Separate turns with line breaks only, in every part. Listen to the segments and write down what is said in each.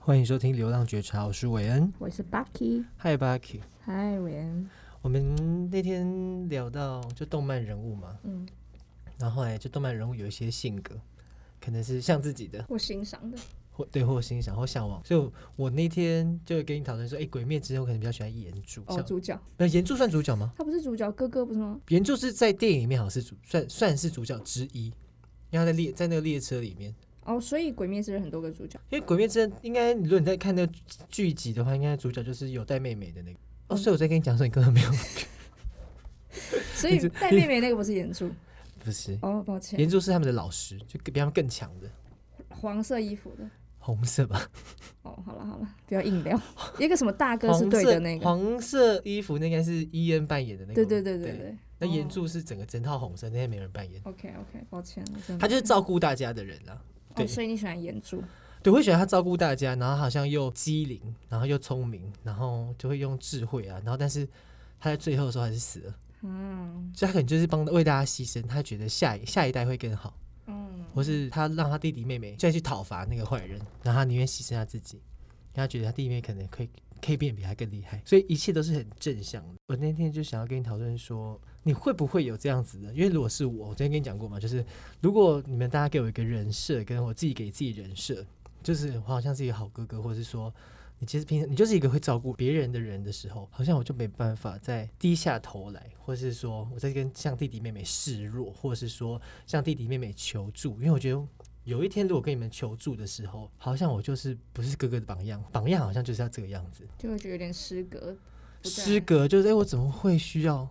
欢迎收听《流浪觉察》，我是韦恩。
我是 Bucky，
嗨 b a k y
嗨，韦恩，
我们那天聊到就动漫人物嘛，
嗯，
然后后来就动漫人物有一些性格，可能是像自己的，
我欣赏的，
或对或欣赏或向往。所以我我那天就跟你讨论说，哎，《鬼灭之刃》我可能比较喜欢岩柱，
哦，
像
主角，
那岩柱算主角吗？
他不是主角，哥哥不是吗？
岩柱是在电影里面好像是主算算是主角之一，因为他在列在那个列车里面。
哦，所以《鬼灭之刃》很多个主角，
因为《鬼灭之刃》应该，如果你在看那个剧集的话，应该主角就是有带妹妹的那个。哦，
嗯
所以我在跟你讲说，你根本没有，
所以带妹妹那个不是岩柱，
不是
哦，抱歉，
岩柱是他们的老师，就比他们更强的，
黄色衣服的，
红色 吧？
哦，好了好了，不要硬聊，一个什么大哥是
黄
对
色
的那个，
黄色衣服那应该是伊恩扮演的那个。
对对对对哦
对。
对
那岩柱是整个整套红色，那天没人扮演，
，OK OK，抱歉，我真的
他就是照顾大家的人啊。对
哦，所以你喜欢岩柱，
对，会喜欢他照顾大家，然后好像又机灵，然后又聪明，然后就会用智慧啊，然后但是他在最后的时候还是死了，
嗯
所以他可能就是帮为大家牺牲，他觉得下一下一代会更好。
嗯，
或是他让他弟弟妹妹再去讨伐那个坏人，然后他宁愿牺牲他自己，因为他觉得他弟弟妹妹可能可以可以变得比他更厉害，所以一切都是很正向的。我那天就想要跟你讨论说，你会不会有这样子的？因为如果是我，我之前跟你讲过嘛，就是如果你们大家给我一个人设，跟我自己给自己人设，就是我好像是一个好哥哥，或是说。你其实平常你就是一个会照顾别人的人的时候，好像我就没办法再低下头来，或是说我在跟像弟弟妹妹示弱，或是说向弟弟妹妹求助，因为我觉得有一天如果跟你们求助的时候，好像我就是不是哥哥的榜样，榜样好像就是要这个样子。
就会觉得有点失格，不啊在
失格就是，哎、我怎么会需要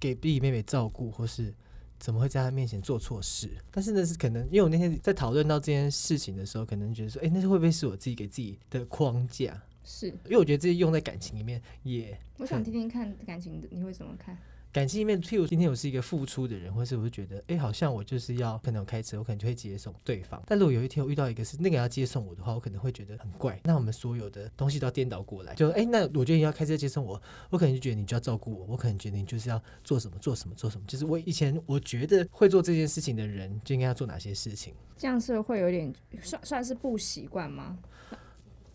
给弟弟妹妹照顾，或是怎么会在他面前做错事？但是呢，是可能因为我那天在讨论到这件事情的时候，可能觉得说，哎、那是会不会是我自己给自己的框架？
是，
因为我觉得这些用在感情里面也。
我想听听看感情的你会怎么看，
感情里面，譬如今天我是一个付出的人，或是我就觉得，哎、好像我就是要可能我开车，我可能就会接送对方。但如果有一天我遇到一个是那个要接送我的话，我可能会觉得很怪。那我们所有的东西都要颠倒过来，就哎、那我觉得你要开车接送我，我可能就觉得你就要照顾我，我可能觉得你就是要做什么做什么做什么。就是我以前我觉得会做这件事情的人，就应该要做哪些事情。
这样是会有点算算是不习惯吗？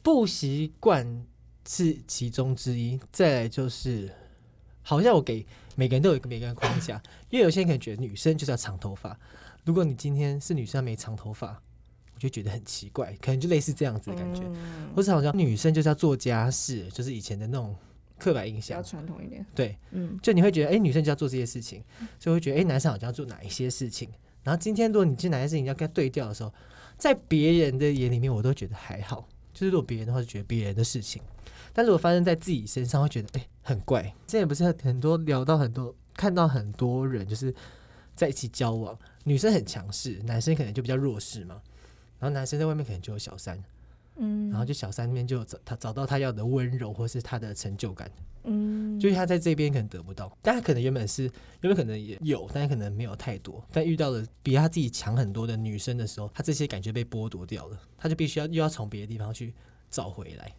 不习惯是其中之一，再来就是好像我给每个人都有一个每个人的框架， 因为有些人可能觉得女生就是要长头发，如果你今天是女生没长头发，我就觉得很奇怪，可能就类似这样子的感觉，
嗯
或是好像女生就是要做家事，就是以前的那种刻板印
比较
象，
传统一点，
对，
嗯，
就你会觉得，哎、女生就要做这些事情，所以会觉得，哎、男生好像要做哪一些事情。然后今天如果你这哪些事情要跟他对调的时候，在别人的眼里面，我都觉得还好。就是如果别人的话，就觉得别人的事情；但如果发生在自己身上，会觉得哎、很怪。之前不是很多聊到很多，看到很多人就是在一起交往，女生很强势，男生可能就比较弱势嘛。然后男生在外面可能就有小三，
嗯，
然后就小三那边就有找他找到他要的温柔或是他的成就感。
嗯，
就是他在这边可能得不到，但他可能原本是原本可能也有，但可能没有太多。但遇到了比他自己强很多的女生的时候，他这些感觉被剥夺掉了，他就必须要又要从别的地方去找回来。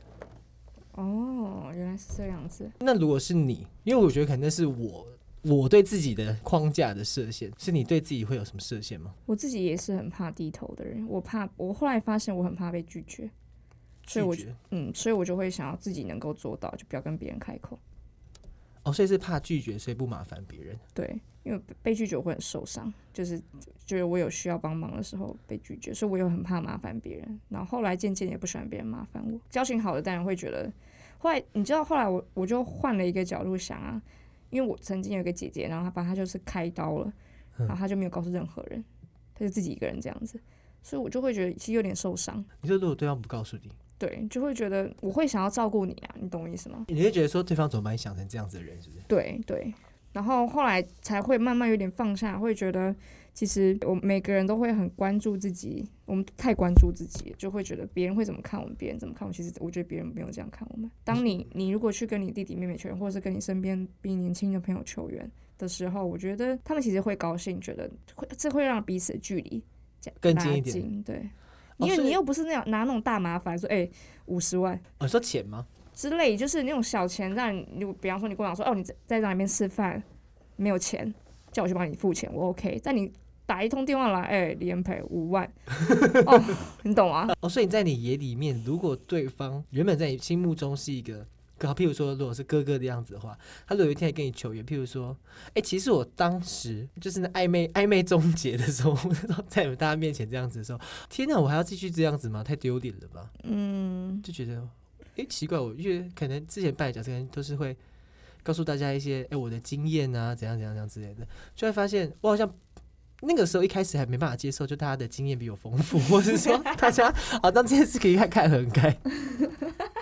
哦，原来是这样子，
那如果是你，因为我觉得可能是我我对自己的框架的设限，是你对自己会有什么设限吗？
我自己也是很怕低头的人，我怕我后来发现我很怕被拒绝，所以我
拒绝
嗯，所以我就会想要自己能够做到，就不要跟别人开口，
哦，所以是怕拒绝，所以不麻烦别人。
对，因为被拒绝我会很受伤，就是就是我有需要帮忙的时候被拒绝，所以我又很怕麻烦别人，然后后来渐渐也不喜欢别人麻烦我，交情好的当然会觉得，后来你知道后来我我就换了一个角度想啊，因为我曾经有一个姐姐，然后她把她就是开刀了，然后她就没有告诉任何人，她就自己一个人这样子，所以我就会觉得其实有点受伤，
你说如果对方不告诉你，
对，就会觉得我会想要照顾你啊，你懂我意思吗？
你会觉得说对方怎么把你想成这样子的人，是不是？
对对，然后后来才会慢慢有点放下，会觉得其实我们每个人都会很关注自己，我们太关注自己了，就会觉得别人会怎么看我们，别人怎么看我们。其实我觉得别人没有这样看我们。当你你如果去跟你弟弟妹妹求援，或者是跟你身边比你年轻的朋友求援的时候，我觉得他们其实会高兴，觉得会这会让彼此的距离加
更
拉
近一点
近。对，
哦
因为
所以
你又不是那样拿那种大麻烦说，哎、五十万。
哦，你说钱吗？
之类，就是那种小钱，让你，你比方说你跟我讲说，哦，你在在那边吃饭没有钱，叫我去帮你付钱，我 OK。但你打一通电话来，哎、李恩培五万， 哦，你懂吗？
哦，所以你在你眼里面，如果对方原本在你心目中是一个，好，譬如说，如果是哥哥的样子的话，他如果有一天来跟你求援，譬如说，哎、其实我当时就是那暧昧暧昧终结的时候， 在你们大家面前这样子的时候，天哪，我还要继续这样子吗？太丢脸了吧！
嗯，
就觉得，哎、奇怪，我因为可能之前扮演角色可能都是会告诉大家一些，哎、我的经验啊，怎样怎样怎样之类的，就会发现我好像。那个时候一开始还没办法接受，就大家的经验比我丰富，或是说大家好当这件事情看看得很开。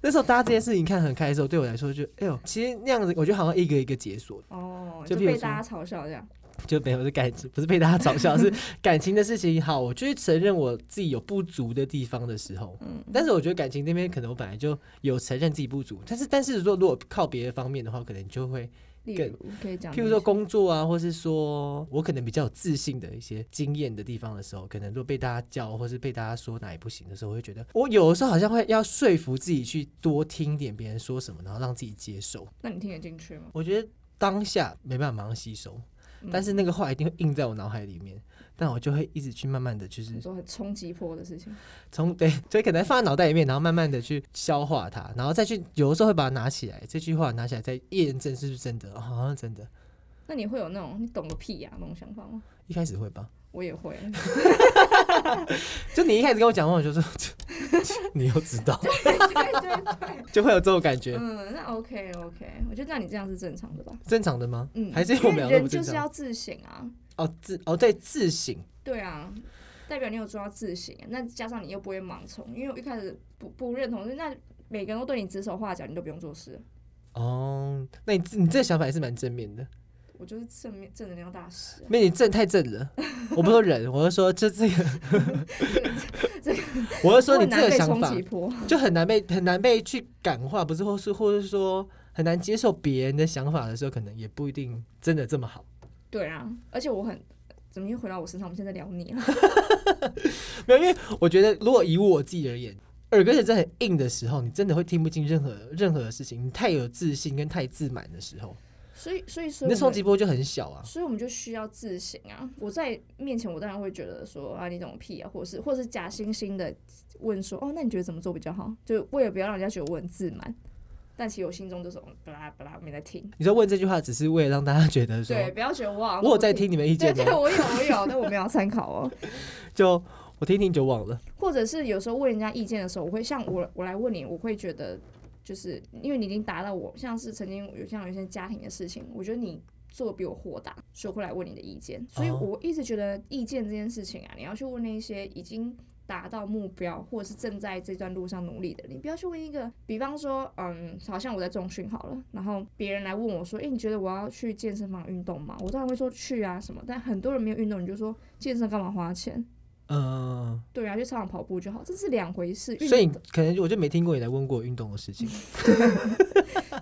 那时候大家这件事情看得很开的时候，对我来说就哎呦，其实那样子我觉得好像一个一个解锁，
哦，
就
就
比如
被
说
大家嘲笑这样，
就没有是感情，不是被大家嘲笑，是感情的事情。好，我就是承认我自己有不足的地方的时候，
嗯，
但是我觉得感情那边可能我本来就有承认自己不足，但是但是如果如果靠别的方面的话，可能就会，
例
更
如可以讲，
譬如说，工作啊，或是说我可能比较有自信的一些经验的地方的时候，可能如果被大家叫或是被大家说哪里不行的时候，我会觉得我有的时候好像会要说服自己去多听一点别人说什么，然后让自己接受。
那你听得进去吗？
我觉得当下没办法马上吸收，
嗯
但是那个话一定会印在我脑海里面，但我就会一直去慢慢的就是
你说很冲击波的事情，
从对，所以可能放在脑袋里面，然后慢慢的去消化它，然后再去有的时候会把它拿起来，这句话拿起来再验证是不是真的，哦好、像真的，
那你会有那种你懂个屁呀、那种想法吗？
一开始会吧，
我也会，
就你一开始跟我讲话，我就说 你又知道，
对对对，
就会有这种感觉，
嗯，那 OK OK，我觉得那你这样是正常的吧？
正常的吗？
嗯，
还是
因
我
为
们两个
人
不正
就是
常？
要自省啊，
哦自哦对自省，
对啊，代表你有做到自省，那加上你又不会盲从，因为我一开始不不认同，那每个人都对你指手画脚，你都不用做事，
哦，那你自你这个想法也是蛮正面的，
我就是正面正能量大使啊，
没你正太正 了，我不是说人，我是说就这个
这个，
我是说你这
我很难
个
被
想
冲
法
击波，
就很难被很难被去感化，不是，或是或是说很难接受别人的想法的时候，可能也不一定真的这么好。
对啊，而且我很。怎么又回到我身上？我们现在聊 你了。
没有，因为我觉得如果以我自己而言，耳根子真的很硬的时候，你真的会听不进任何任何的事情。你太有自信跟太自满的时候，
所以，所以说
你的
我们，
冲击波就很小啊。
所以我们就需要自省啊！我在面前，我当然会觉得说啊，你懂个屁啊，或者是或者是假惺惺的问说哦，那你觉得怎么做比较好？就为了不要让人家觉得我很自满，但其实我心中就是巴拉巴拉没在听。
你说问这句话，只是为了让大家觉得说，
对，不要觉得我好像
我有在
都不
听你们意
对
见
对，
哦，
我有我有，但我没有参考哦。
就我听听就忘了。
或者是有时候问人家意见的时候，我会像我我来问你，我会觉得就是因为你已经达到我，像是曾经有像有一些家庭的事情，我觉得你做的比我豁达，所以我会来问你的意见。所以
哦
我一直觉得意见这件事情啊，你要去问那些已经。达到目标，或者是正在这段路上努力的，你不要去问一个，比方说，嗯，好像我在重训好了，然后别人来问我说，诶、你觉得我要去健身房运动吗？我当然会说去啊什么，但很多人没有运动，你就说健身干嘛花钱？
嗯、
对啊，去操场跑步就好，这是两回事。运
所以可能我就没听过你来问过我运动的事 情。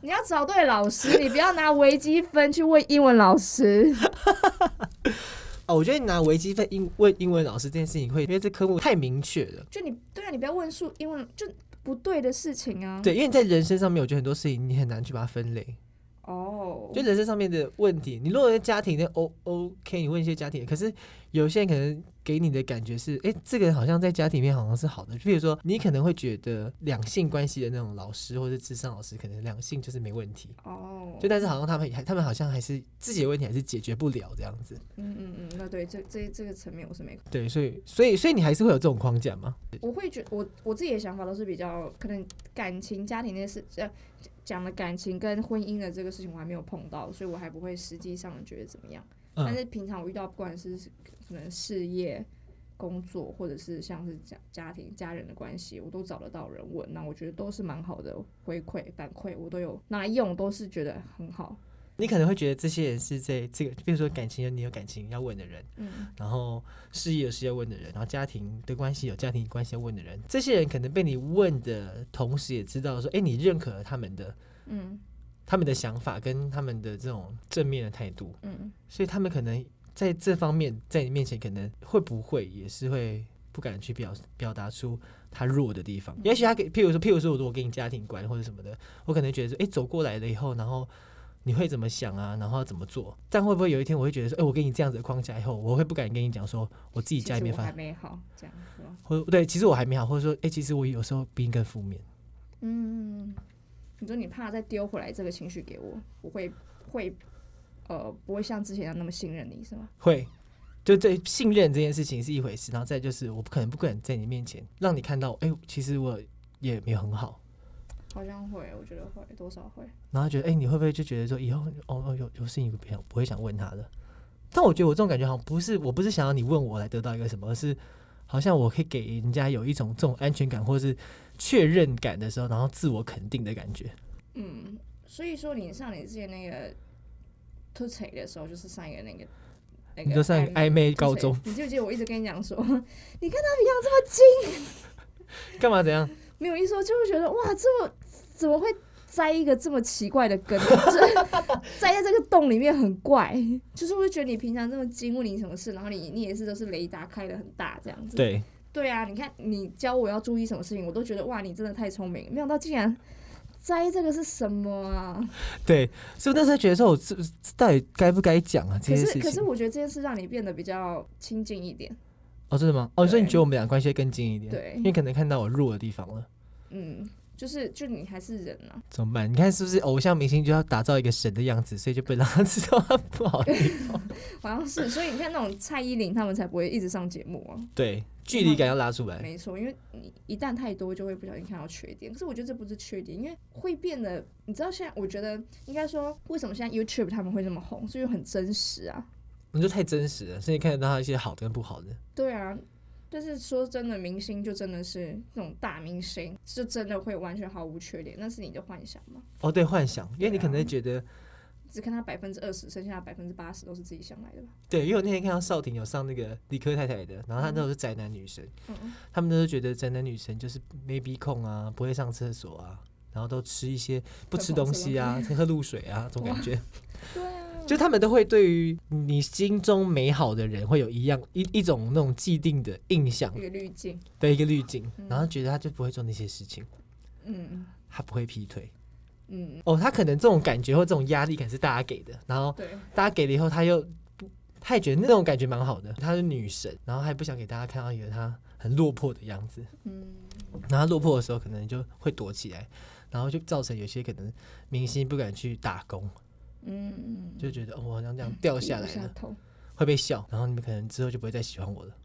你要找对老师，你不要拿微积分去问英文老师。
哦，我觉得拿微积分英问英文老师这件事情会，因为这科目太明确了。
就你对啊，你不要问数英文就不对的事情啊。
对，因为在人生上面，我觉得很多事情你很难去把它分类。
哦，
就人生上面的问题，你如果在家庭那 O OK，你问一些家庭，可是有些人可能给你的感觉是，哎、这个人好像在家庭里面好像是好的。比如说，你可能会觉得两性关系的那种老师或者智商老师，可能两性就是没问题。
哦，
就但是好像他们还他们好像还是自己的问题还是解决不了这样子，
嗯嗯嗯，那对这这这个层面我是没，
对，所以所以所以你还是会有这种框架吗？
我会觉我我自己的想法都是比较可能感情家庭那些事呃讲的感情跟婚姻的这个事情我还没有碰到，所以我还不会实际上觉得怎么样。
嗯
但是平常我遇到不管是可能事业、工作，或者是像是家家庭、家人的关系，我都找得到人问，那我觉得都是蛮好的回馈反馈，我都有拿来用，都是觉得很好。
你可能会觉得这些人是在这个，比如说感情有你有感情要问的人，
嗯，
然后事业有事业问的人，然后家庭的关系有家庭关系要问的人，这些人可能被你问的同时，也知道说，哎，你认可了他们的
嗯
他们的想法跟他们的这种正面的态度，
嗯，
所以他们可能在这方面在你面前可能会不会也是会不敢去表表达出他弱的地方。也许他给，譬如说，譬如说，我如果给你家庭观或者什么的，我可能觉得说，哎，走过来了以后，然后你会怎么想啊，然后怎么做？但会不会有一天我会觉得说，哎、我给你这样子的框架以后，我会不敢跟你讲说我自己
其
家里
实
面
我
发
还，没好这样是吧？
或对，其实我还没好，或者说，哎、其实我有时候比你更负面。
嗯，你说你怕再丢回来这个情绪给我，我会会呃不会像之前一样那么信任你是吗？
会，就对信任这件事情是一回事，然后再就是我不可能不可能在你面前让你看到，哎、其实我也没有很好，
好像会，我觉得会，多少会。
然后觉得，哎、你会不会就觉得说以后哦哦有有事情不想不会想问他的？但我觉得我这种感觉好像不是，我不是想要你问我来得到一个什么，而是好像我可以给人家有一种这种安全感或是确认感的时候，然后自我肯定的感 觉。
嗯，所以说你像你之前那个吐槽的时候，就是上一个那个。那
你说上一个暧昧高中，
你记不记得我一直跟你讲说，你看
干嘛怎样？
没有一说，就会觉得哇，这么怎么会栽一个这么奇怪的根？ 就是栽在这个洞里面很怪，就是会觉得你平常这么精问你什么事，然后你你也是都是雷达开的很大这样子。
对，
对啊，你看你教我要注意什么事情，我都觉得哇，你真的太聪明了，没想到竟然 栽这个是什么啊？
对，所以我那时候觉得说，我这这到底该不该讲啊这件
可
事
是可
情
是？我觉得这件事让你变得比较亲近一点，
哦，真的吗？哦，所以你
对
觉得我们俩关系会更近一点？
对
因为可能看到我弱的地方了，
嗯，就是就你还是人啊，
怎么办？你看是不是偶像明星就要打造一个神的样子，所以就不能让他知道他不好的地方
好像是，所以你看那种蔡依林他们才不会一直上节目啊。
对，距离感要拉出来。
没错，因为你一旦太多，就会不小心看到缺点。可是我觉得这不是缺点，因为会变得，你知道现在，我觉得应该说，为什么现在 YouTube 他们会这么红，是因为很真实啊。
你就太真实了，所以看得到他一些好的跟不好的。
对啊，但是说真的，明星就真的是那种大明星，就真的会完全毫无缺点，那是你的幻想嘛？
哦，对，幻想，因为你
对啊
可能觉得，
只看他百分之二十，剩下百分之八十都是自己想来的吧？
对，因为我那天看到少廷有上那个理科太太的，然后他那时候是宅男女神，
嗯，
他们都是觉得宅男女神就是没鼻孔啊，不会上厕所啊，然后都吃一些不吃东西啊， 喝露水啊，这种感觉，
对啊，
就他们都会对于你心中美好的人会有一样一一种那种既定的印象
一个滤镜，
的一个滤镜，
嗯
然后觉得他就不会做那些事情，
嗯
他不会劈腿。
嗯，
哦，他可能这种感觉或这种压力，可能是大家给的，然后
对，
大家给了以后，他又不他也觉得那种感觉蛮好的，她是女神，然后还不想给大家看到一个她很落魄的样子，
嗯
然后她落魄的时候可能就会躲起来，然后就造成有些可能明星不敢去打工，
嗯嗯，
就觉得哦，我好像这样掉下来
低嗯不
了
头。
会被笑，然后你们可能之后就不会再喜欢我了。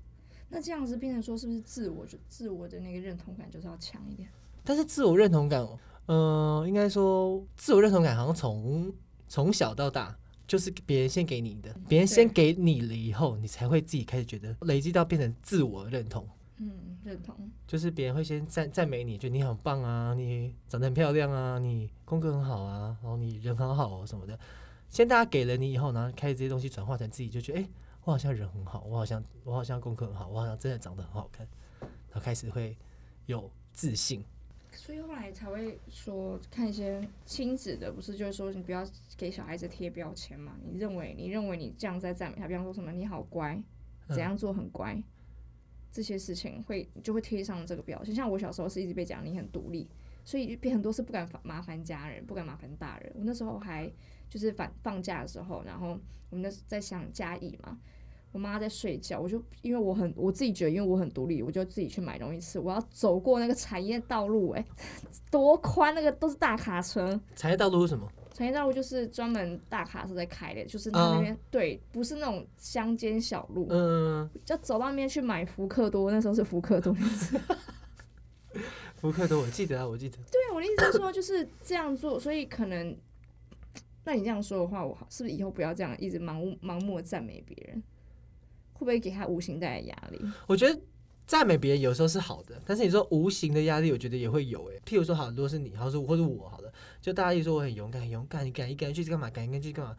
那这样子变成说，是不是自我就自我的那个认同感就是要强一点？
但是自我认同感，嗯、应该说自我认同感好像从从小到大就是别人先给你的，别人先给你了以后，你才会自己开始觉得累积到变成自我认同，
嗯，认同。就
就
是
是别人会先赞赞美你，觉得你很棒啊，你长得很漂亮啊，你功课很好啊，然后你人很好、哦、什么的。先大家给了你以后，然后开始这些东西转化成自己，就觉得哎、诶我好像人很好，我好像我好像功课很好，我好像真的长得很好看，然后开始会有自信。
所以后来才会说，看一些亲子的，不是就是说你不要给小孩子贴标签嘛？你认为你认为你这样在赞美他，比方说什么你好乖，怎样做很乖，这些事情会就会贴上这个标签。像我小时候是一直被讲你很独立，所以变很多是不敢麻烦家人，不敢麻烦大人。我那时候还就是反放假的时候，然后我们那时在想嘉义嘛。我妈在睡觉，我就因为我很我自己觉得，因为我很独立，我就自己去买东西吃。我要走过那个产业道路、欸， 多宽，那个都是大卡车。
产业道路是什么？
产业道路就是专门大卡车在开的，就是它那边、对，不是那种乡间小路，
嗯，
要走到那边去买福克多，那时候是福克多。
福克多，我记得啊，我记得。
对啊，我的意思是说就是这样做，所以可能，那你这样说的话，我好是不是以后不要这样一直盲目盲目的赞美别人？会不会给他无形带来压力？
我觉得赞美别人有时候是好的，但是你说无形的压力，我觉得也会有诶、欸譬如说，好，如果是你，好说或者我好了，就大家一直说我很勇敢，很勇敢，你敢一个人去干嘛？敢一个人去干嘛？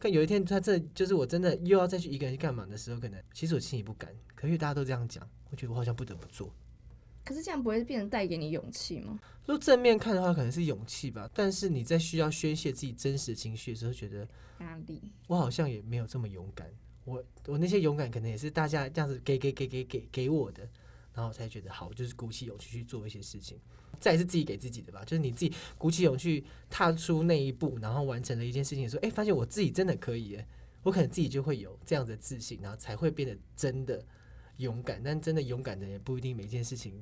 但有一天他真的就是我真的又要再去一个人去干嘛的时候，可能其实我心里不敢，可是因为大家都这样讲，我觉得我好像不得不做。
可是这样不会变成带给你勇气吗？
如果正面看的话，可能是勇气吧，但是你在需要宣泄自己真实情绪的时候，觉得
压力，
我好像也没有这么勇敢。我我那些勇敢可能也是大家这样子给给给给给给我的，然后我才觉得好，就是鼓起勇气去做一些事情。再也是自己给自己的吧，就是你自己鼓起勇气踏出那一步，然后完成了一件事情，说，哎、发现我自己真的可以耶，我可能自己就会有这样的自信，然后才会变得真的勇敢。但真的勇敢的人不一定每件事情，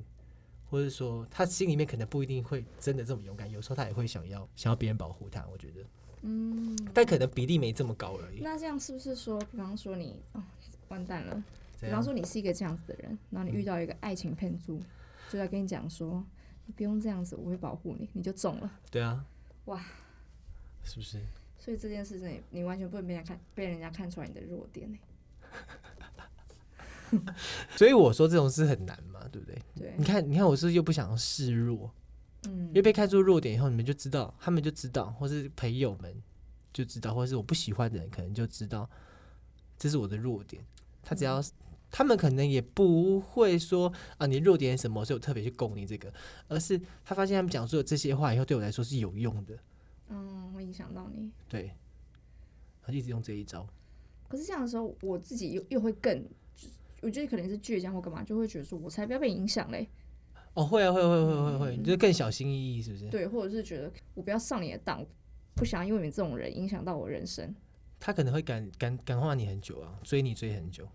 或者说他心里面可能不一定会真的这么勇敢，有时候他也会想要想要别人保护他，我觉得，
嗯，
但可能比例没这么高而已。
那这样是不是说，比方说你哦，完蛋了，
怎
比方
样
说你是一个这样子的人，然后你遇到一个爱情骗子，就在跟你讲说，你不用这样子，我会保护你，你就中了。
对啊，
哇，
是不是？
所以这件事情，你完全不能被人家看，被人家看出来你的弱点欸呢、
所以我说这种事很难嘛，对不对？
对
你，看，你看，我是不是又不想要示弱，
嗯
因为，被看出弱点以后，你们就知道，他们就知道，或是朋友们就知道，或是我不喜欢的人可能就知道，这是我的弱点。他只
嗯
要、他们可能也不会说啊，你弱点是什么，所以我特别去攻你这个，而是他发现他们讲出的这些话以后，对我来说是有用的，
嗯，会影响到你。
对。他一直用这一招，
可是这样的时候，我自己又又会更，就是我觉得可能是倔强或干嘛，就会觉得说，我才不要被影响嘞。
哦，会啊，会啊会啊会啊会啊
嗯
会啊，你就更小心翼翼，是不是？
对，或者是觉得我不要上你的当，我不想因为你这种人影响到我人生。
他可能会感感感化你很久啊，追你追很久。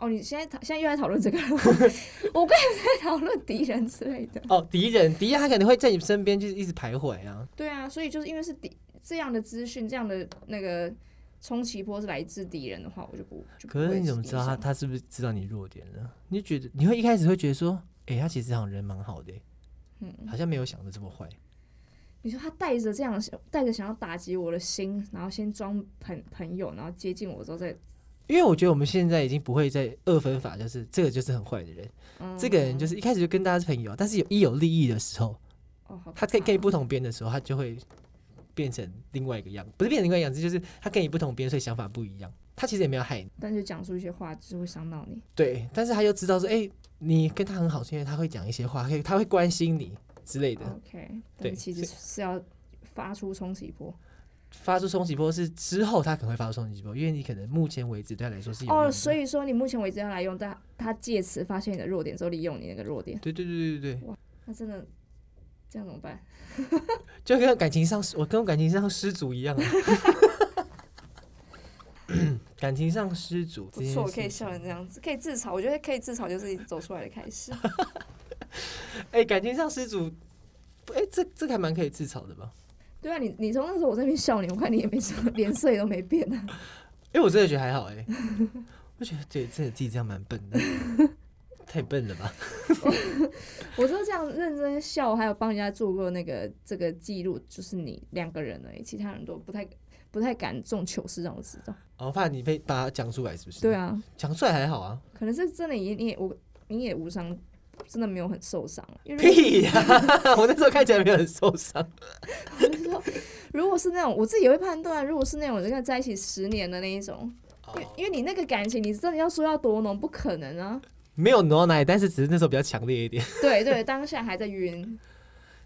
哦，你现在讨现在又在讨论这个了， 我刚才在讨论敌人之类的。
哦，敌人，敌人他可能会在你身边，就是一直徘徊啊。
对啊，所以就是因为是敌这样的资讯，这样的那个冲击波是来自敌人的话，我就不就不
可是
会
你怎么知道
影
他
响？
他是不是知道你弱点呢？你就觉得你会一开始会觉得说，哎、他其实好像人蛮好的、欸
嗯
好像没有想的这么坏。
你说他带着这样的想带着想要打击我的心，然后先装朋朋友，然后接近我之后再，
因为我觉得我们现在已经不会再二分法，就是这个就是很坏的人，
嗯、
这个人就是一开始就跟大家是朋友，啊但是有一有利益的时 候，
哦，好
他跟
怕
跟你
哦
不同边的时候，他就会变成另外一个样，不是变成另外一个样子，就是他跟你不同边，所以想法不一样。他其实也没有害你，
但是讲出一些话就是会伤到你。
对，但是他又知道说，哎、你跟他很好，是因为他会讲一些话，他会他会关心你之类的。
OK，但
对
是其实
所
是要发出冲击波。
发出冲击波是之后，他可能会发出冲击波，因为你可能目前为止对他来说是有用的
哦，所以说你目前为止要来用，但他借此发现你的弱点之后利用你那个弱点，
对对对对对，
那真的这样怎么办？
就跟感情上我跟我感情上失足一 样、啊，感情上失足
不
这件
错，我
事
可以
情
笑成这样子，可以自嘲。我觉得可以自嘲就是走出来的开 始。
哎、感情上失足，哎、这这个还蛮可以自嘲的吧？
对啊，你你从那时候我在那边笑你，我看你也没什么脸色也都没变 啊。
因为我真的觉得还好 哎、我觉得对，真的自己这样蛮笨的，太笨了吧？
我就这样认真笑，还有帮人家做过那个这个记录，就是你两个人而已，其他人都不太不太敢这种糗事让我知道。
哦，怕你被把它讲出来是不是？
对，啊，
讲出来还好啊，
可能是真的也你也我你也无伤，真的没有很受伤啊。因为如果
屁呀、 我那时候看起来没有很受伤。
我就说，如果是那种我自己也会判断，如果是那种跟他在一起十年的那一种，因为
哦
因为你那个感情，你真的要说要多浓，不可能 啊。
没有挪到哪里，但是只是那时候比较强烈一点。
对对，当下还在晕，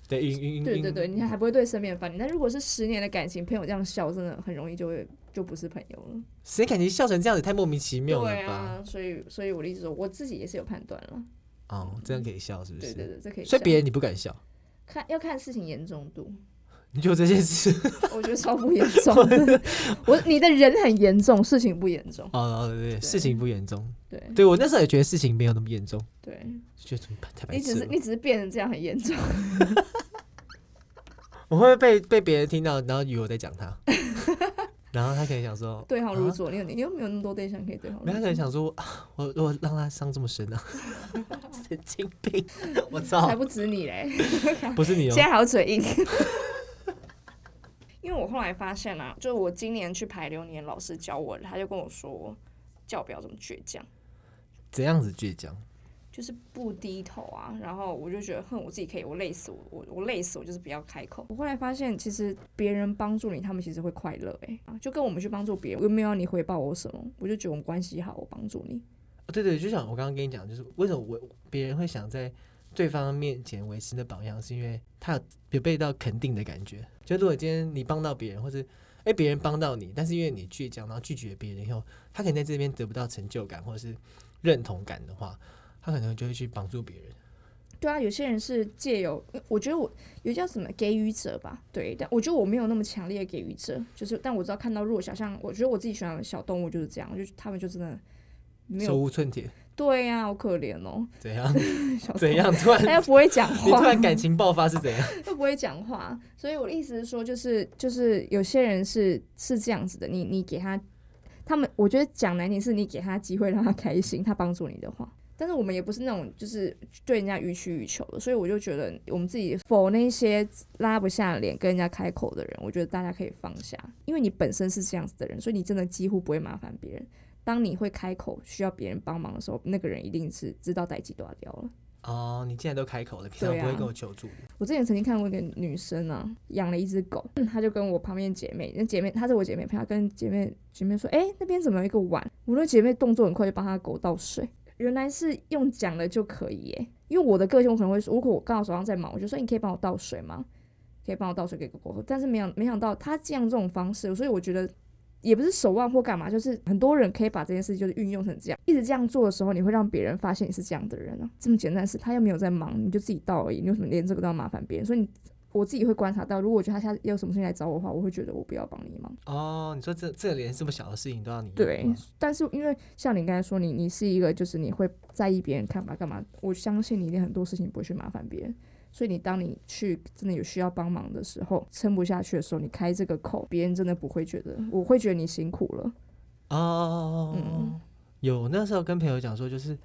对，晕晕晕。
对
晕
对对，你还不会对身边人反应。但如果是十年的感情，朋友这样笑，真的很容易就会就不是朋友了。
谁感觉笑成这样子，太莫名其妙
对
了吧？
啊，所以所以我的意思说，我自己也是有判断了。
哦，这样可以笑是不
对
是？
对对，这可以笑。
所以别人你不敢笑，
看要看事情严重度，
你就这件事。
我觉得超不严重的我你的人很严重，事情不严重。
哦哦，对对对，
对
事情不严重。
对
对我那时候也觉得事情没有那么严重，
对，
就觉得怎么办太白
你只
痴
是
了。
你只是变成这样很严重。
我会不会被被别人听到，然后以为我在讲他， 然后他可能想说，
对号
啊
入座，你有你又没有那么多对象可以对号入
没有他可能
座，
想说，啊我我让他伤这么深啊， 神经病！ 我
才
操，
不止你嘞，
不是你哦
现，在还要嘴硬。 因为我后来发现啊，就是我今年去排流年，老师教我，他就跟我说，叫我不要这么倔强，
怎样子倔强？
就是不低头啊。然后我就觉得，恨我自己可以，我累死我，我我累死我，就是不要开口。我后来发现，其实别人帮助你，他们其实会快乐诶、啊，就跟我们去帮助别人，我又没有要你回报我什么，我就觉得我们关系好，我帮助你。
哦对对，就像我刚刚跟你讲，就是为什么我别人会想在对方面前维持的榜样，是因为他有有被到肯定的感觉。就如果今天你帮到别人，或是哎别人帮到你，但是因为你倔强，然后拒绝别人以后，他可能在这边得不到成就感或是认同感的话，他可能就会去帮助别人。
对啊，有些人是借由，嗯我觉得我有叫什么给予者吧，对，但我觉得我没有那么强烈的给予者，就是但我知道看到弱小，像我觉得我自己喜欢的小动物就是这样，就他们就真的没
手
有，
无寸铁，
对呀、好可怜哦，
怎样
小动物
怎，样？突
他又
然
不会讲
你
话，
突然感情爆发是怎样？
又不会讲话，所以我的意思是说，就是就是有些人是是这样子的，你你给他，他们我觉得讲难听是你给他机会让他开心，他帮助你的话，但是我们也不是那种就是对人家予取予求的，所以我就觉得我们自己否那些拉不下脸跟人家开口的人，我觉得大家可以放下，因为你本身是这样子的人，所以你真的几乎不会麻烦别人。当你会开口需要别人帮忙的时候，那个人一定是知道待几多掉了。
哦，你竟然都开口了，平常
对啊
不会跟我求助的。
我之前曾经看过一个女生啊，养了一只狗，嗯她就跟我旁边姐妹，那姐妹她是我姐妹，她跟姐妹姐妹说，哎、那边怎么有一个碗？我那姐妹动作很快就帮她狗倒水，原来是用讲的就可以耶、因为我的个性我可能会说，如果我刚好手上在忙，我就说你可以帮我倒水吗？可以帮我倒水给狗狗喝，但是没想没想到她这样这种方式，所以我觉得。也不是手腕或干嘛，就是很多人可以把这件事就是运用成这样，一直这样做的时候，你会让别人发现你是这样的人啊。这么简单的事，他又没有在忙，你就自己倒而已，你为什么连这个都要麻烦别人？所以你我自己会观察到，如果我觉得他下次有什么事情来找我的话，我会觉得我不要帮你忙。
哦，你说这这连这么小的事情都要你
对，但是因为像你刚才说，你你是一个就是你会在意别人看法干嘛，我相信你一定很多事情不会去麻烦别人。所以你当你去真的有需要帮忙的时候，撑不下去的时候，你开这个口，别人真的不会觉得，我会觉得你辛苦了。
哦，
嗯
有那时候跟朋友讲说，就是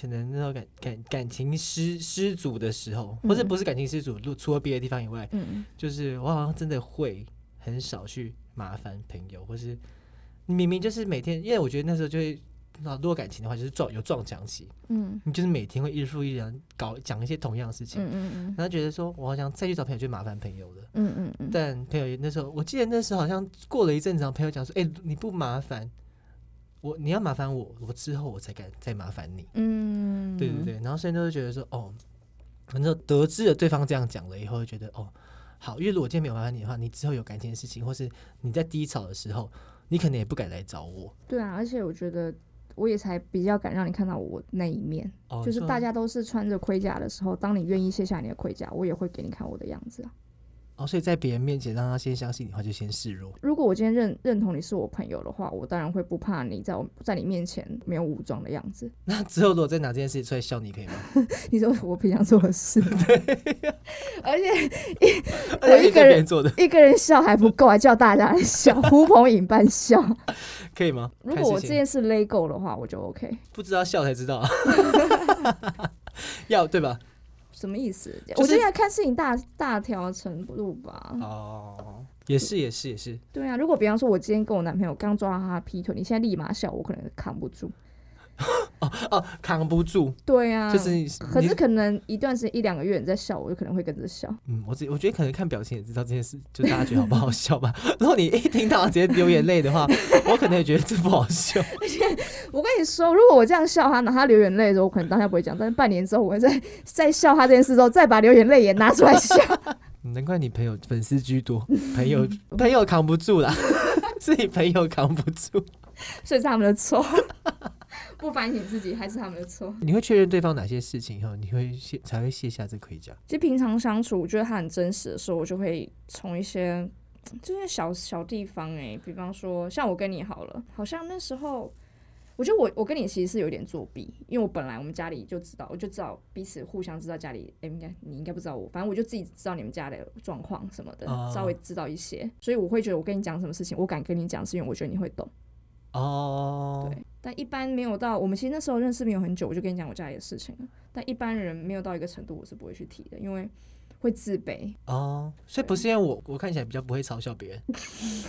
可能那时候感感感情失失足的时候，或者
嗯
不是感情失足，如除了别的地方以外，
嗯，
就是我好像真的会很少去麻烦朋友，或是明明就是每天，因为我觉得那时候就会。那如果感情的话，就是撞有撞墙期，
嗯
你就是每天会日复一日搞讲一些同样的事情，
嗯嗯嗯
然后觉得说我好像再去找朋友就麻烦朋友了。
嗯嗯嗯，
但朋友也那时候，我记得那时候好像过了一阵子，然后朋友讲说：“哎、你不麻烦我，你要麻烦我，我之后我才敢再麻烦你。
嗯，
对对对，然后现在都会觉得说，哦，反正得知了对方这样讲了以后，就觉得哦，好，因为如果今天没有麻烦你的话，你之后有感情的事情，或是你在低潮的时候，你可能也不敢来找我。
对啊，而且我觉得我也才比较敢让你看到我那一面，
哦，
就是
说
大家都是穿着盔甲的时候，当你愿意卸下你的盔甲，我也会给你看我的样子啊。
哦，所以在别人面前让他先相信你的话，就先示弱。
如果我今天认认同你是我朋友的话，我当然会不怕你在我在你面前没有武装的样子。
那之后如果再拿这件事情出来笑你，可以吗？
你说我平常做的事， 而且我
而且
一
对
个
别
人
做的，
一个人笑还不够，还叫大家来笑，呼朋引伴 笑。
可以吗？
如
看
果我
事
这
情
件事勒够的话，我就 OK。
不知道笑才知道、 啊，要对吧？
什么意思？
是
我觉得要看事情大大条程度吧。
哦，也是也是也是，
对啊，如果比方说我今天跟我男朋友刚抓到他劈腿，你现在立马笑，我可能扛不住。
哦，扛不住，
对啊，
就是你
可
你
是可能一段时间一两个月你在笑，我就可能会跟着笑。
嗯，我自己我觉得可能看表情也知道这件事，就大家觉得好不好笑吧。 如果你一听到直接流眼泪的 话，我可能也觉得这不好笑。
我跟你说，如果我这样笑他，拿他流眼泪的时候，我可能当下不会讲，但是半年之后，我会再再笑他这件事之后，再把流眼泪也拿出来笑。
难怪你朋友粉丝居多，朋友朋友扛不住啦， 是你朋友扛不住。
所以是他们的错，不反省自己还是他们的错。
你会确认对方哪些事情以后，你会卸才会卸下这盔甲。
其实平常相处，我觉得他很真实的时候，我就会从一些就是小小地方哎、比方说像我跟你好了，好像那时候。我觉得我我跟你其实是有点作弊，因为我本来我们家里就知道，我就知道彼此互相知道家里，哎、应该你应该不知道我，反正我就自己知道你们家的状况什么的，
哦
稍微知道一些，所以我会觉得我跟你讲什么事情，我敢跟你讲，是因为我觉得你会懂。
哦，
对，但一般没有到我们其实那时候认识没有很久，我就跟你讲我家里的事情了。但一般人没有到一个程度，我是不会去提的，因为会自卑。
哦，所以不是因为我我看起来比较不会嘲笑别人，
不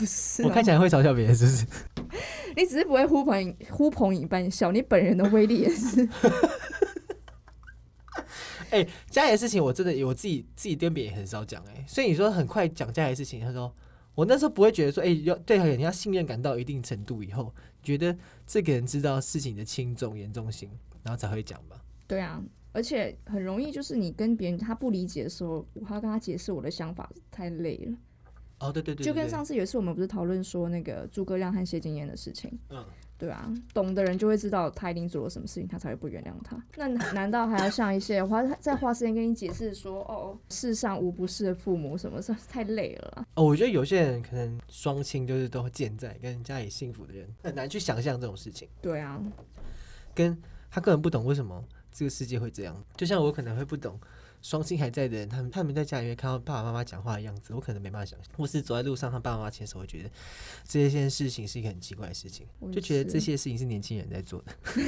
是
我看起来会嘲笑别人，是不是？
你只是不会呼朋引呼朋引伴笑，你本人的 威力也是。
家里的事情我真的我自己自己跟别人也很少讲哎、所以你说很快讲家里的事情，他说我那时候不会觉得说哎、要对人家信任感到一定程度以后，觉得这个人知道事情的轻重严重性，然后才会讲吧。
对啊，而且很容易就是你跟别人他不理解的时候，我还要跟他解释我的想法，太累了。
哦，对对对
就
对
跟
对
上次有一次我们不是讨论说那个诸葛亮和谢金燕的事情，
嗯
对啊，懂的人就会知道他一定做了什么事情，他才会不原谅 他。那难道还要像一些花在花时间跟你解释说，哦，世上无不是的父母什么，这太累了啦。
哦，我觉得有些人可能双亲就是都健在，跟家里幸福的人很难去想象这种事情，
对啊，
跟他根本不懂为什么这个世界会这样。就像我可能会不懂双亲还在的人，他们他们在家里面看到爸爸妈妈讲话的样子，我可能没办法想象；或是走在路上和爸爸妈妈牵手，我觉得这件事情是一个很奇怪的事情，
我也
就觉得这
是
些事情是年轻人在做的。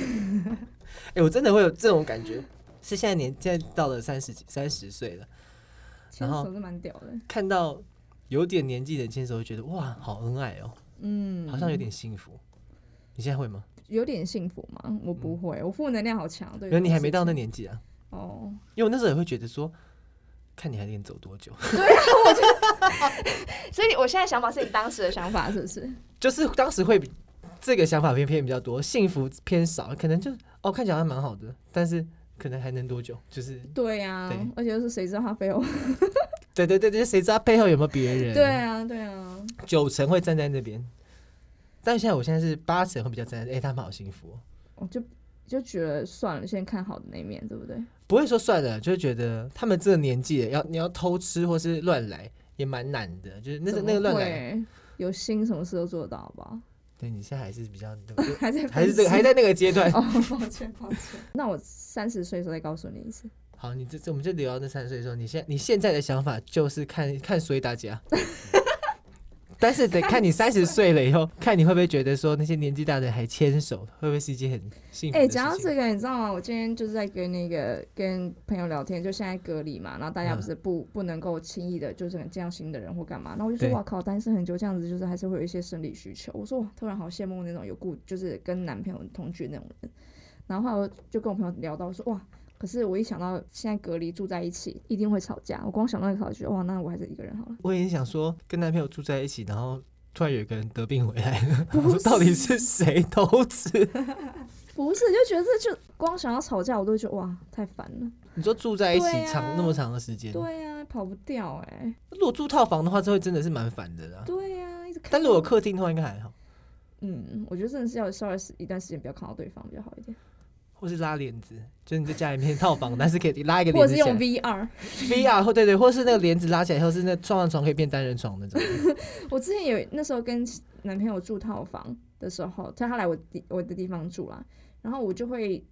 哎、我真的会有这种感觉，是现在年现在到了三十几三十岁了。
牵
然后
手是蛮屌的，
看到有点年纪的人牵手，会觉得哇，好恩爱哦，
嗯，
好像有点幸福。你现在会吗？
有点幸福嘛。我不会，我负能量好强，
嗯
对。
可能你还没到那
里
年纪啊，
哦，
因为我那时候也会觉得说，看你还能走多久，
所以我现在想法是你当时的想法，是不是？
就是当时会比这个想法偏偏比较多，幸福偏少，可能就哦看起来还蛮好的，但是可能还能多久？就是
对啊，
对
而且又是谁知道他背后？
对对对对，谁知道背后有没有别人？
对，啊，对啊，
九成会站在那边，但现在我现在是八成会比较站在，哎、他们好幸福、哦。
我就就觉得算了，先看好的那一面，对不对？
不会说算了，就是觉得他们这个年纪了要你要偷吃或是乱来也蛮难的，就是那个
怎
那个
么
乱来，
会有心，什么事都做得到吧？
对你现在还是比较
还在
还是这个还
在
在那个阶段。
哦，抱歉抱歉。那我三十岁的时候再告诉你一次，
好，你这这我们就聊到那三十岁的时候，你现你现在的想法就是看看谁大家。 但是得看你三十岁了以后，看你会不会觉得说那些年纪大的还牵手，会不会是一件很幸福
哎、
的事情？
讲到这个，你知道吗？我今天就是在跟那个跟朋友聊天，就现在隔离嘛，然后大
嗯
家不是不、不能够轻易的，就是很见到新的人或干嘛。然后我就说，
对
哇靠，单身很久这样子，就是还是会有一些生理需求。我说，哇，突然好羡慕那种有故，就是跟男朋友同居那种人。然后后来我就跟我朋友聊到说，哇，可是我一想到现在隔离住在一起，一定会吵架。我光想到那个吵架，哇，那我还是一个人好了。
我也想说，跟男朋友住在一起，然后突然有一个人得病回来 了，我说到底是谁偷吃？
不是，就觉得这就光想要吵架，我都会觉得哇，太烦了。
你说住在一起
对啊
长、那么长的时间，
对啊呀、跑不掉哎、
如果住套房的话，这会真的是蛮烦的啦。
对呀、一直看
但如果有客厅的话，应该还好，
嗯，我觉得真的是要稍微一段时间不要看到对方比较好一点，
或是拉帘子，就是你在家里面套 房，但是可以拉一个
或
帘
者
子
是
起
用
来
VR。
，VR 或对对，或是那个帘子拉起来以后是那双人床可以变单人床那种。
我之前有那时候跟男朋友住套房的时候，他他来我地我的地方住啦，然后我就会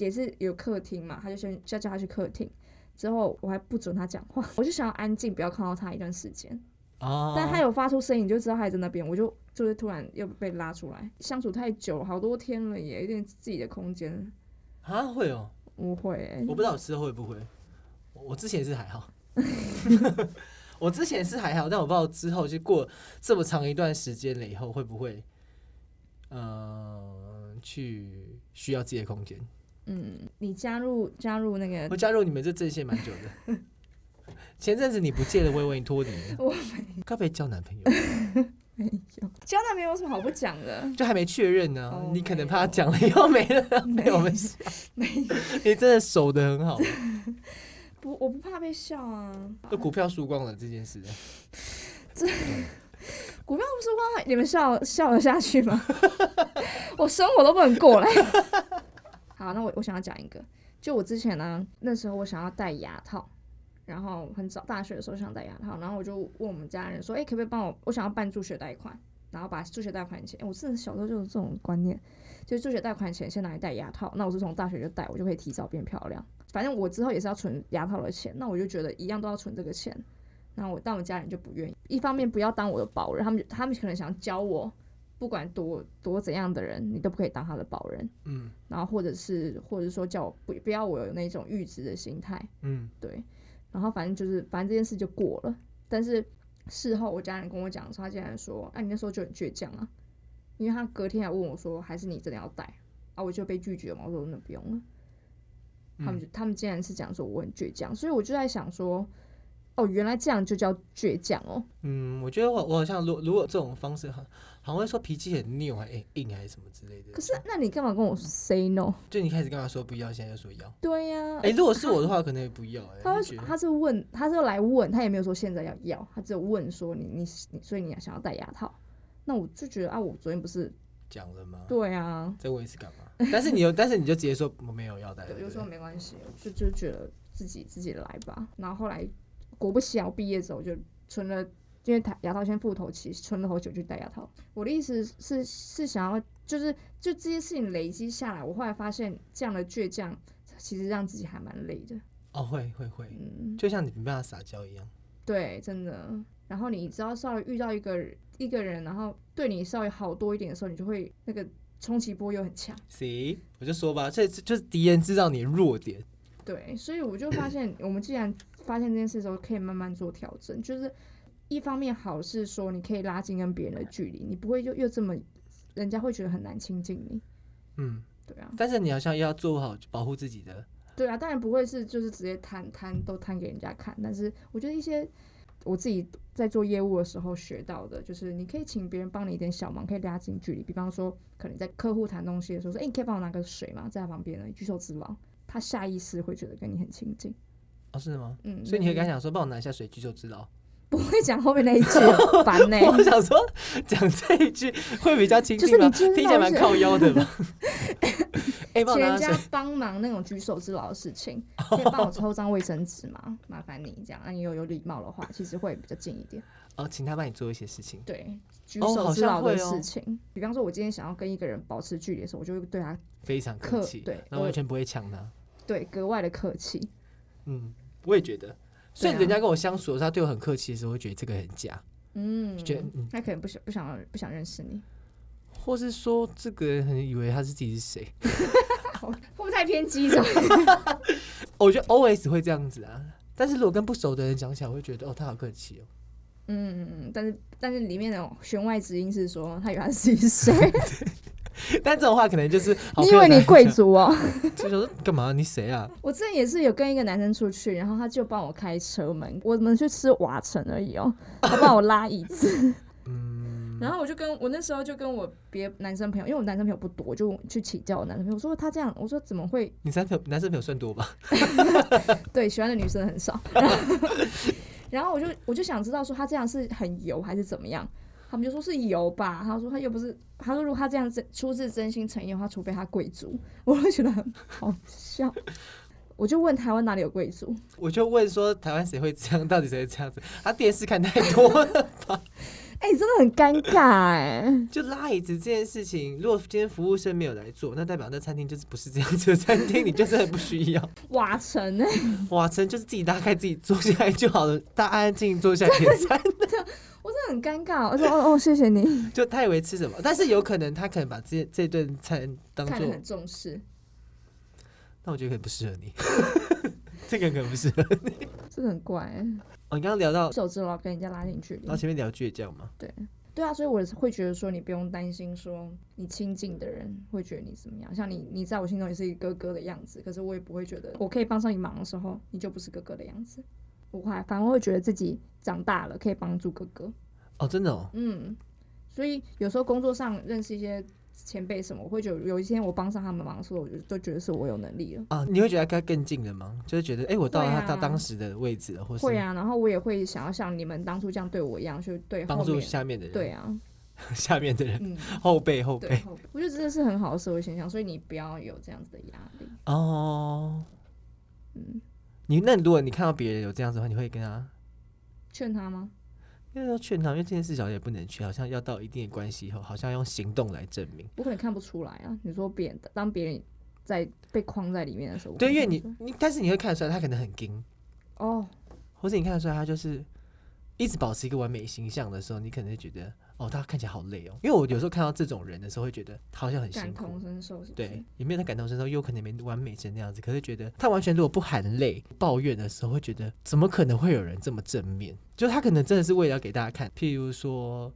也是有客厅嘛，他就先叫叫他去客厅。之后我还不准他讲话，我就想要安静，不要看到他一段时间。
哦，
但他有发出声音，你就知道他还在那边，我就就是突然又被拉出来。相处太久，好多天了也，有点自己的空间。
啊会哦，
我会、欸
我，不知道我之后会不会，我我之前是还 好。我之前是还好，但我不知道之后就过这么长一段时间了以后会不会，呃，去需要自己的空间。
嗯，你加入加入那个
我加入你们这阵线蛮久 的。前阵子你不见了，我以为你脱离了。
我
该不会交男朋友？
没有，交男朋友有什么好不讲的？
就还没确认呢、
哦
你可能
没
怕
有
讲了以后没 了，没有没事。
没
你真的守得很好，
不，我不怕被笑啊。
那股票输光了这件事。
股票不是哇，你们笑笑得下去吗？ 我生活都不能过来。 好，那我我想要讲一个，就我之前呢，那时候我想要戴牙套，然后很早大学的时候想戴牙套，然后我就问我们家人说，哎、可不可以帮我，我想要办助学贷款，然后把助学贷款钱，诶我真的小时候就有这种观念，就是助学贷款钱先拿来戴牙套，那我是从大学就戴，我就可以提早变漂亮。反正我之后也是要存牙套的钱，那我就觉得一样都要存这个钱，然后我但我家人就不愿意，一方面不要当我的保人，他们他们可能想教我，不管多多怎样的人，你都不可以当他的保人，
嗯
然后或者是或者说叫我不不要我有那种阈值的心态，
嗯，
对，然后反正就是反正这件事就过了，但是事后我家人跟我讲的时候，他竟然说，啊你那时候就很倔强啊，因为他隔天还问我说，还是你真的要带啊，我就被拒绝嘛，我说那不用了。
嗯
他们就他们竟然是讲说我很倔强，所以我就在想说，哦，原来这样就叫倔强哦。
嗯，我觉得我我好像如如果这种方式，好好像会说脾气很拗还硬硬还是什么之类的。
可是，那你干嘛跟我 say no？
就你开始跟他说不要，现在又说要。
对呀、
哎、如果是我的话，可能也不要、哎，
他
我
会
觉得
他是问，他是来问，他也没有说现在要要，他只有问说你你你，所以你想要戴牙套？那我就觉得啊，我昨天不是
讲了吗？
对啊，
再问一次干嘛？但是你有，但是你就直接说我没有要带，
对，
对
就
不
说
对？
没关系，就就觉得自己自己来吧。然后后来果不其然，我毕业之后就存了，因为台牙套先付头期，存了好久就戴牙套。我的意思是是想要，就是就这些事情累积下来，我后来发现这样的倔强，其实让自己还蛮累的。
哦，会会会，
嗯，
就像你没办法撒娇一样。
对，真的。然后你只要稍微遇到一个一个人，然后对你稍微好多一点的时候，你就会那个冲击波又很强。
行，我就说吧，这这就是敌人知道你的弱点。
对，所以我就发现，我们既然发现这件事的时候，可以慢慢做调整。就是一方面好是说，你可以拉近跟别人的距离，你不会就又这么，人家会觉得很难亲近你。
嗯，
对啊，
但是你好像要做好保护自己的
对啊，当然不会是就是直接摊摊都摊给人家看，但是我觉得一些我自己在做业务的时候学到的，就是你可以请别人帮你一点小忙，可以拉近距离。比方说，可能你在客户谈东西的时候说，哎、你可以帮我拿个水吗？在他旁边呢，举手之劳，他下意识会觉得跟你很亲近。
哦，是吗？
嗯，
所以你会
就是
跟他讲说，帮我拿一下水，举手之劳。
不会讲后面那一句了，烦呢、
我想说，讲这一句会比较亲
就
近
是你
吗？
知道
听起来蛮
是
靠腰的嘛。 哎，帮
请
我拿
人
拿
家
水。
帮忙那种举手之劳的事情，可以帮我抽张卫生纸吗？麻烦你这样，那你有有礼貌的话，其实会比较近一点。
哦，请他帮你做一些事情。
对，举
哦
手
好
之
像
劳的
会哦
事情，比方说，我今天想要跟一个人保持距离的时候，我就会对他
非常客
客
气，
对
那
我
完全不会抢他。
对格外的客气。
嗯，我也觉得。所以
对啊
人家跟我相处的时候，他对我很客气的时候，我会觉得这个很假，
嗯
就觉得，嗯，
他可能不想不想不想认识你，
或是说这个人很以为他是自己是谁。
好会不会太偏激了？
我觉得 always 会这样子啊，但是如果跟不熟的人讲起来，我会觉得哦，他好客气哦。
嗯嗯嗯，但是但是里面的弦外之音是说，他以为他自己是谁？
但这种话可能就是好朋
你以
友
为
才
你贵族哦、
就说干嘛？你谁啊？
我之前也是有跟一个男生出去，然后他就帮我开车门，我们去吃瓦城而已哦，他帮我拉椅子。然后我就跟我那时候就跟我别男生朋友，因为我男生朋友不多，我就去请教我男生朋友，我说他这样，我说怎么会
你男朋友男生朋友算多吧？
对喜欢的女生很少？ 然后然后我就我就想知道说他这样是很油还是怎么样，他们就说是油吧，他说他又不是，他说如果他这样真出自真心诚意的话，除非他贵族， 我会觉得很好笑。我就问台湾哪里有贵族，
我就问说台湾谁会这样？到底谁会这样子？他电视看太多 了，
哎、真的很尴尬哎、
就拉椅子这件事情，如果今天服务生没有来做，那代表那餐厅就是不是这样子的餐厅，你就真的不需要。
瓦城哎、
哇，真就是自己拉开自己坐下来就好了，大家安安静静坐下来点餐。
我真的很尴尬。我说哦哦，谢谢你，
就他以为吃什么，但是有可能他可能把这这顿餐当
看得
做
很，重视，
那我觉得可能不适合你， 这个可能不适合。
真的很怪、欸。
哦，你刚刚聊到，
手指老跟人家拉近距离
然后，前面聊倔强嘛，
对啊，所以我会觉得说你不用担心说你亲近的人会觉得你怎么样，像你，你在我心中也是一个哥哥的样子，可是我也不会觉得我可以帮上你忙的时候，你就不是哥哥的样子。我还反而会觉得自己长大了，可以帮助哥哥。
哦，真的哦，
嗯，所以有时候工作上认识一些前辈什么，我会觉得有一天我帮上他们忙的时候，我就都觉得是我有能力了。
啊，你会觉得跟他更近了吗？就是觉得，哎、我到了
会
他
啊
他当时的位置了，或是
会啊，然后我也会想要像你们当初这样对我一样，去对后
帮助
面。
下面的人，
对啊，
下面的人
嗯，
后辈后
对
辈，
后我觉得真的是很好的社会现象，所以你不要有这样子的压力。
哦。
嗯，
你那如果你看到别人有这样子的话，你会跟他
劝他吗？
因为要劝他，因为这件事情也不能去，好像要到一定的关系以后，好像要用行动来证明。
我可能看不出来啊。你说别人当别人在被框在里面的时候，我
对，
可
因为
能看
你
不出来
你，但是你会看得出来他可能很硬，
哦，
或是你看得出来他就是一直保持一个完美形象的时候，你可能会觉得哦，他看起来好累哦。因为我有时候看到这种人的时候，会觉得他好像很辛
感
苦
同。身受是不是
对，，也没有他感同身受，又可能没完美成那样子，可是觉得他完全如果不含泪抱怨的时候，会觉得怎么可能会有人这么正面？就他可能真的是为了要给大家看，譬如说，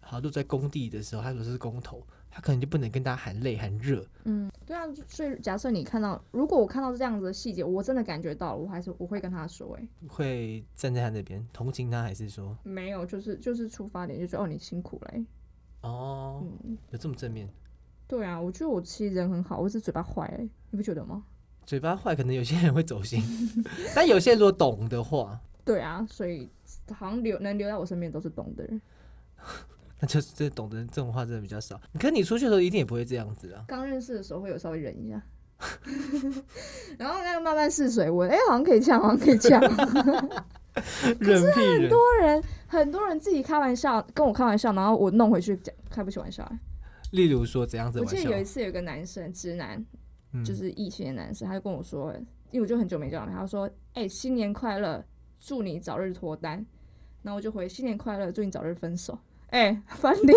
好，都在工地的时候，他如果是工头，他可能就不能跟大家喊累喊热，
嗯，对啊。所以假设你看到，如果我看到这样子的细节，我真的感觉到了，我还是我会跟他说、欸，哎，
会站在他那边同情他，还是说
没有，就是就是出发点，就觉得哦，你辛苦了、欸
哦，
嗯。
有这么正面？
对啊，我觉得我其实人很好，我只是嘴巴坏、欸，你不觉得吗？
嘴巴坏，可能有些人会走心， 但有些人如果懂的话，
对啊，所以好像留能留在我身边都是懂的人。
那就是这懂得这种话真的比较少。可你出去的时候一定也不会这样子啊。
刚认识的时候会有稍微忍一下， 然后那个慢慢试水温，哎、好像可以这样，好像可以这样。
人屁人，
很多人很多人自己开玩笑跟我开玩笑，然后我弄回去讲开不起玩笑来。
例如说怎样子
我
玩
记得
笑
有，一次有个男生，直男，
嗯
就是异性的男生，他就跟我说，因为我就很久没见到他，他说：“哎、新年快乐，祝你早日脱单。”然后我就回：“新年快乐，祝你早日分手。哎，翻脸，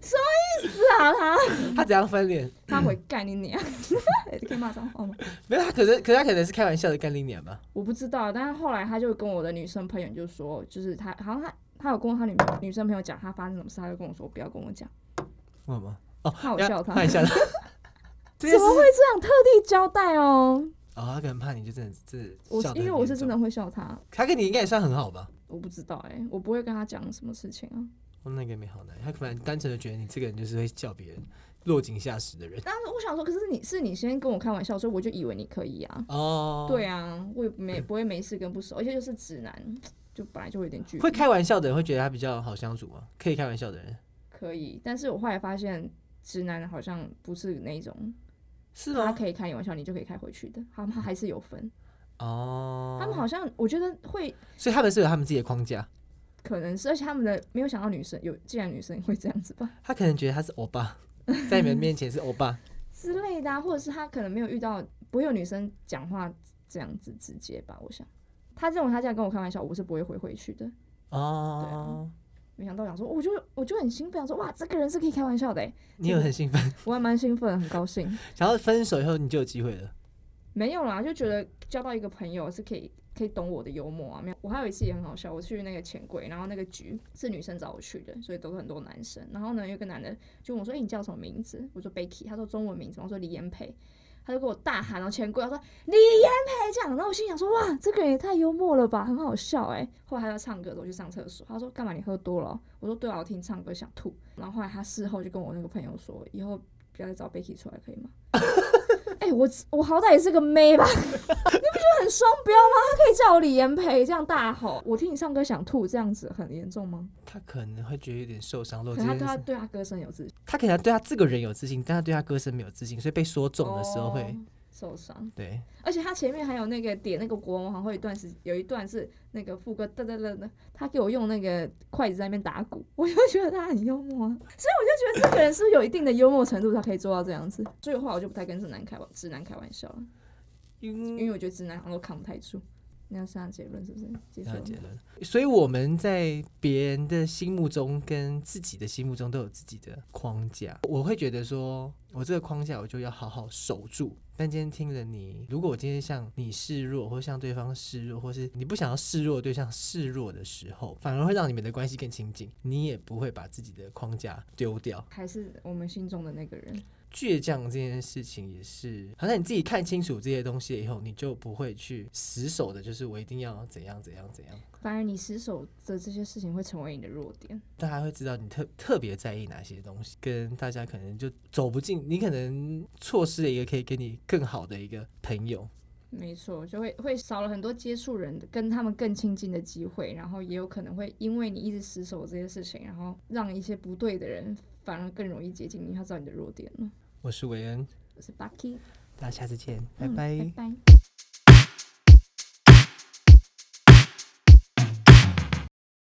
什么意思啊？他
他怎样翻脸？
他回干你娘， 哎可以骂脏话吗？
没有，他可是可是他可能是开玩笑的干你脸吧？
我不知道，但是后来他就跟我的女生朋友就说，就是他好像他他有跟他女朋友女生朋友讲他发生什么事，他就跟我说不要跟我讲，
为什么？哦，
怕我笑他
怕你笑他。这
怎
件事
么会 这样特地交代哦？
哦，他可能怕你就真的是
我
笑得
因为
很
我
严
是真
重，
的会笑他，
他跟你应该也算很好吧？
我不知道哎、我不会跟他讲什么事情啊。
哦那个没好难，他可能单纯的觉得你这个人就是会叫别人落井下石的人
但是我想说，可是你是你先跟我开玩笑，所以我就以为你可以啊。
哦。
对，啊，我也没不会没事跟不熟，而且就是直男，就本来就会有点距离。
会开玩笑的人会觉得他比较好相处吗？可以开玩笑的人
可以，但是我后来发现，直男好像不是那种
是
他
吗？
可以开你玩笑，你就可以开回去的，他们还是有分。
哦，
他们好像我觉得会
所以他们是有他们自己的框架，
可能是，而且他们的没有想到女生有，既然女生会这样子吧
他可能觉得他是欧巴，在你们面前是欧 巴，
之类的、啊，或者是他可能没有遇到，不会有女生讲话这样子直接吧，我想。他认为他这样跟我开玩笑，我是不会回回去的。
哦，
没想到想说，我就我就很兴奋，想说哇，这个人是可以开玩笑的欸，
你有很兴奋，
我还蛮兴奋，很高兴。
然后分手以后你就有机会了。
没有啦，就觉得交到一个朋友是可以可以懂我的幽默啊。没有，我还有一次也很好笑，我去那个钱柜，然后那个局是女生找我去的，所以都是很多男生。然后呢，有一个男的就问我说：“哎、你叫什么名字？”我说：“Becky。”他说中文名字吗，我说：“李延培。”他就给我大喊，然后钱柜他说李延培这样，然后我心想说哇，这个人也太幽默了吧，很好笑哎、后来他在唱歌的时候，我去上厕所，他说干嘛你喝多了哦、我说对啊，我听你唱歌想吐。然后后来他事后就跟我那个朋友说，以后不要再找 Becky 出来可以吗？哎、我我好歹也是个妹吧， 你不觉得很双标吗？他可以叫我李延培这样大吼，我听你唱歌想吐，这样子很严重吗？
他可能会觉得有点受伤，落
可
这
能
件
他对他
事。
对他歌声有自信，
他可能对他这个人有自信，但他对他歌声没有自信，所以被说中的时候会、
哦受伤，
对。
而且他前面还有那个点那个国王好像会有一段是有一段是那个副歌噔噔噔噔，他给我用那个筷子在那边打鼓，我就觉得他很幽默啊，所以我就觉得这个人是不是有一定的幽默程度，他可以做到这样子。所以后来我就不太跟直男开玩直男开玩笑了，
嗯，
因为我觉得直男好像都扛不太住。你要下结论是不是？结束
了
了吗
解了。所以我们在别人的心目中跟自己的心目中都有自己的框架。我会觉得说，我这个框架我就要好好守住。但今天听了你，如果我今天向你示弱，或向对方示弱，或是你不想要示弱的对象示弱的时候，反而会让你们的关系更亲近。你也不会把自己的框架丢掉。
还是我们心中的那个人。
倔强这件事情也是，好像你自己看清楚这些东西以后，你就不会去死守的，就是我一定要怎样怎样怎样。
反而你失手的这些事情会成为你的弱点。
大家会知道你特特别在意哪些东西，跟大家可能就走不进，你可能错失了一个可以给你更好的一个朋友。
没错，就会会少了很多接触人的跟他们更亲近的机会，然后也有可能会因为你一直失手这些事情，然后让一些不对的人反而更容易接近你，他知道你的弱点了。
我是韦恩，
我是 Bucky，
大家下次见，
嗯
拜拜
拜拜。